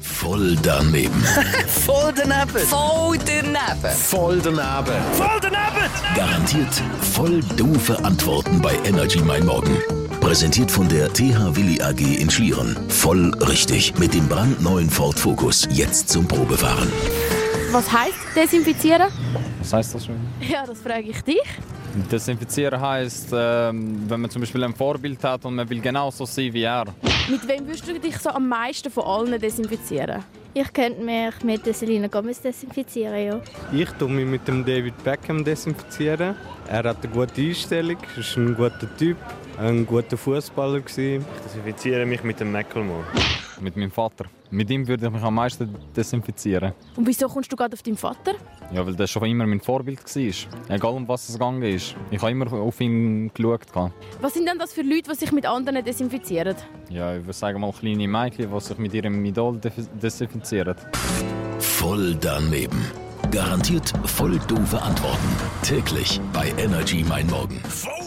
Voll daneben. Voll daneben. Voll daneben. Voll daneben. Voll daneben. Garantiert voll doofe Antworten bei Energy Mein Morgen. Präsentiert von der TH Willi AG in Schlieren. Voll richtig. Mit dem brandneuen Ford Focus. Jetzt zum Probefahren. Was heißt desinfizieren? Was heißt das schon? Ja, das frage ich dich. Desinfizieren heißt, ähm, wenn man zum Beispiel ein Vorbild hat und man will genauso sein wie er. Mit wem würdest du dich so am meisten von allen desinfizieren? Ich könnte mich mit der Selena Gomez desinfizieren, ja. Ich tue um mich mit dem David Beckham desinfizieren. Er hat eine gute Einstellung, ist ein guter Typ, ein guter Fußballer gewesen. desinfiziere mich mit dem Macklemore. Mit meinem Vater. Mit ihm würde ich mich am meisten desinfizieren. Und wieso kommst du gerade auf deinen Vater? Ja, weil der schon immer mein Vorbild war. Egal um was es gegangen ist. Ich habe immer auf ihn geschaut. Was sind denn das für Leute, die sich mit anderen desinfizieren? Ja, ich würde sagen mal kleine Mädchen, die sich mit ihrem Idol def- desinfizieren. Voll daneben. Garantiert voll doofe Antworten. Täglich bei Energy Mein Morgen. Voll